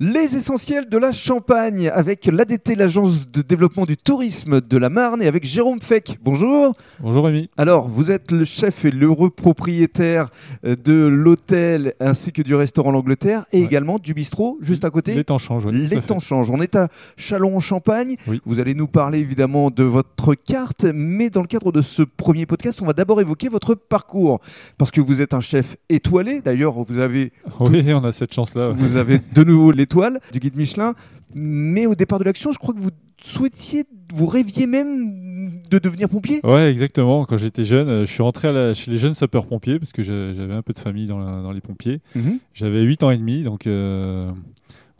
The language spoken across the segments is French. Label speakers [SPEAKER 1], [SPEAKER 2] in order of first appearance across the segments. [SPEAKER 1] Les essentiels de la Champagne avec l'ADT, l'agence de développement du tourisme de la Marne, et avec Jérôme Feck. Bonjour.
[SPEAKER 2] Bonjour Rémi.
[SPEAKER 1] Alors, vous êtes le chef et l'heureux propriétaire euh, de l'hôtel ainsi que du restaurant L'Angleterre et
[SPEAKER 2] Ouais.
[SPEAKER 1] également du bistrot juste à côté.
[SPEAKER 2] Les temps changent. ouais, tout à
[SPEAKER 1] Les
[SPEAKER 2] fait.
[SPEAKER 1] temps changent. On est à Chalon en Champagne.
[SPEAKER 2] Oui.
[SPEAKER 1] Vous allez nous parler évidemment de votre carte, mais dans le cadre de ce premier podcast, on va d'abord évoquer votre parcours. Parce que vous êtes un chef étoilé. D'ailleurs, vous avez
[SPEAKER 2] Oui, on a cette chance-là. ouais.
[SPEAKER 1] vous avez de nouveau l'étoile du guide Michelin. Mais au départ de l'action, je crois que vous souhaitiez, vous rêviez même de devenir pompier.
[SPEAKER 2] Ouais, exactement. Quand j'étais jeune, euh, je suis rentré à la- chez les jeunes sapeurs-pompiers parce que j'a- j'avais un peu de famille dans, la- dans les pompiers. J'avais 8 ans et demi, donc, euh,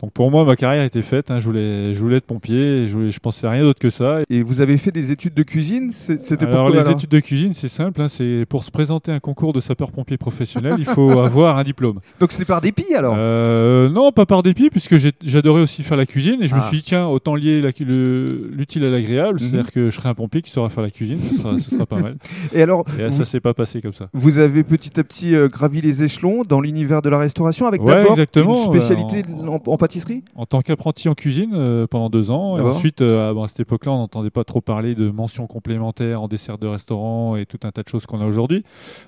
[SPEAKER 2] donc pour moi, ma carrière était faite. hein. Je, voulais, je voulais être pompier, et je, voulais, je pensais à rien d'autre que ça.
[SPEAKER 1] Et vous avez fait des études de cuisine c'est- C'était
[SPEAKER 2] Alors,
[SPEAKER 1] pourquoi
[SPEAKER 2] les
[SPEAKER 1] alors
[SPEAKER 2] études de cuisine, c'est simple. hein. c'est pour se présenter à un concours de sapeur-pompier professionnel, il faut avoir un diplôme.
[SPEAKER 1] Donc c'était par dépit alors
[SPEAKER 2] Euh, non, pas par dépit, puisque j'ai- j'adorais aussi faire la cuisine et je me
[SPEAKER 1] Ah.
[SPEAKER 2] suis dit, tiens, autant lier la cu- le- l'utile à l'agréable,
[SPEAKER 1] Mhm.
[SPEAKER 2] c'est-à-dire que je serai un pompier qui saura faire la cuisine, ce sera, ce sera pas mal.
[SPEAKER 1] Et alors,
[SPEAKER 2] Et là,
[SPEAKER 1] vous,
[SPEAKER 2] ça s'est pas passé comme ça.
[SPEAKER 1] vous avez petit à petit euh, gravi les échelons dans l'univers de la restauration avec
[SPEAKER 2] Ouais,
[SPEAKER 1] d'abord
[SPEAKER 2] exactement,
[SPEAKER 1] une spécialité
[SPEAKER 2] euh,
[SPEAKER 1] en, en pâtisserie
[SPEAKER 2] En tant qu'apprenti en cuisine euh, pendant deux ans, et
[SPEAKER 1] D'accord.
[SPEAKER 2] ensuite, euh, ah, bon, à cette époque-là, on n'entendait pas trop parler de mentions complémentaires en dessert de restaurant et tout un tas de choses qu'on a aujourd'hui.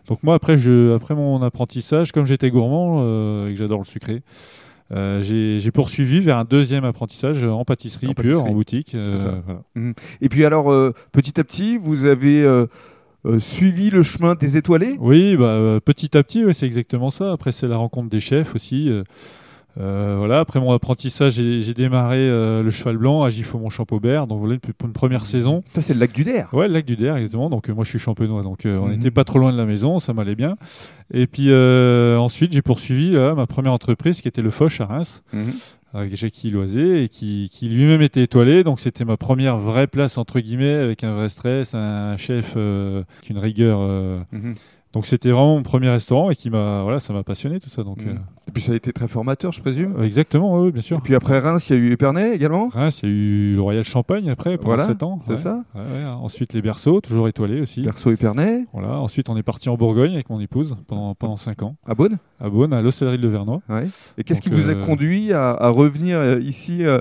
[SPEAKER 2] Donc moi, après, je, après mon apprentissage, comme j'étais gourmand euh, et que j'adore le sucré, euh, j'ai j'ai poursuivi vers un deuxième apprentissage en pâtisserie
[SPEAKER 1] En
[SPEAKER 2] pure,
[SPEAKER 1] pâtisserie.
[SPEAKER 2] en boutique. euh,
[SPEAKER 1] ça.
[SPEAKER 2] voilà.
[SPEAKER 1] Et puis alors, euh, petit à petit, vous avez euh, euh, suivi le chemin des étoilés
[SPEAKER 2] Oui, bah, euh, petit à petit, ouais, c'est exactement ça. Après, c'est la rencontre des chefs aussi. euh, euh, voilà. Après mon apprentissage, j'ai j'ai démarré euh, le cheval blanc à Giffaumont-Champaubert, donc voilà une, une première saison.
[SPEAKER 1] Ça, c'est le lac du Der.
[SPEAKER 2] Ouais, le lac du Der, exactement. Donc euh, moi, je suis champenois, donc euh, on
[SPEAKER 1] Mhm.
[SPEAKER 2] n'était pas trop loin de la maison, ça m'allait bien. Et puis euh, ensuite, j'ai poursuivi euh, ma première entreprise, qui était le Foch à Reims, avec Jackie Loiset, et qui, qui lui-même était étoilé. Donc c'était ma première vraie place entre guillemets, avec un vrai stress, un chef euh, avec une rigueur. euh,
[SPEAKER 1] Mhm.
[SPEAKER 2] donc c'était vraiment mon premier restaurant et qui m'a voilà ça m'a passionné tout ça donc
[SPEAKER 1] Mhm. Et puis ça a été très formateur, je présume.
[SPEAKER 2] euh, exactement oui bien sûr
[SPEAKER 1] Et puis après Reims, il y a eu Épernay également.
[SPEAKER 2] Reims il y a eu le Royal Champagne après pendant
[SPEAKER 1] Voilà,
[SPEAKER 2] 7 ans
[SPEAKER 1] c'est
[SPEAKER 2] ouais.
[SPEAKER 1] ça
[SPEAKER 2] Ouais, ouais. hein. ensuite les berceaux toujours étoilés aussi
[SPEAKER 1] Berceau Épernay,
[SPEAKER 2] voilà ensuite on est parti en Bourgogne avec mon épouse pendant pendant 5 ans
[SPEAKER 1] à Beaune.
[SPEAKER 2] à Beaune à l'Hôtellerie de Le Vernois
[SPEAKER 1] ouais. Et qu'est-ce qui
[SPEAKER 2] Donc,
[SPEAKER 1] vous a
[SPEAKER 2] euh,
[SPEAKER 1] conduit à, à revenir euh, ici euh,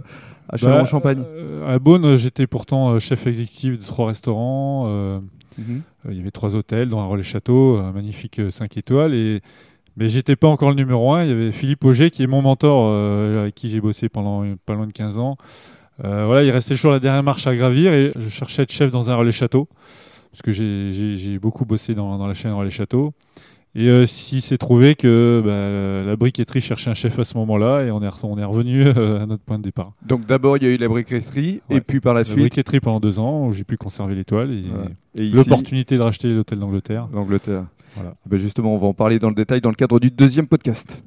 [SPEAKER 1] à
[SPEAKER 2] Bah,
[SPEAKER 1] Chalon-en-Champagne
[SPEAKER 2] euh, à Beaune euh, j'étais pourtant euh, chef exécutif de trois restaurants euh,
[SPEAKER 1] Mhm.
[SPEAKER 2] Euh, Il y avait trois hôtels, dont un relais château, un magnifique 5 étoiles. Et... Mais j'étais pas encore le numéro un. Il y avait Philippe Auger, qui est mon mentor, euh, avec qui j'ai bossé pendant euh, pas loin de 15 ans. Euh, voilà, il restait toujours la dernière marche à gravir et je cherchais à être chef dans un relais château, parce que j'ai- j'ai j'ai beaucoup bossé dans, dans la chaîne relais château. Et euh, si s'est trouvé que bah, euh, la briqueterie cherchait un chef à ce moment-là et on est, re- on est revenu euh, à notre point de départ.
[SPEAKER 1] Donc d'abord, il y a eu la briqueterie,
[SPEAKER 2] Ouais.
[SPEAKER 1] et puis par la
[SPEAKER 2] la
[SPEAKER 1] suite,
[SPEAKER 2] briqueterie pendant deux ans, où j'ai pu conserver l'étoile et
[SPEAKER 1] Voilà. et ici,
[SPEAKER 2] l'opportunité de racheter l'hôtel d'Angleterre.
[SPEAKER 1] l'Angleterre. Eh
[SPEAKER 2] Voilà.
[SPEAKER 1] Ben justement, on va en parler dans le détail dans le cadre du deuxième podcast.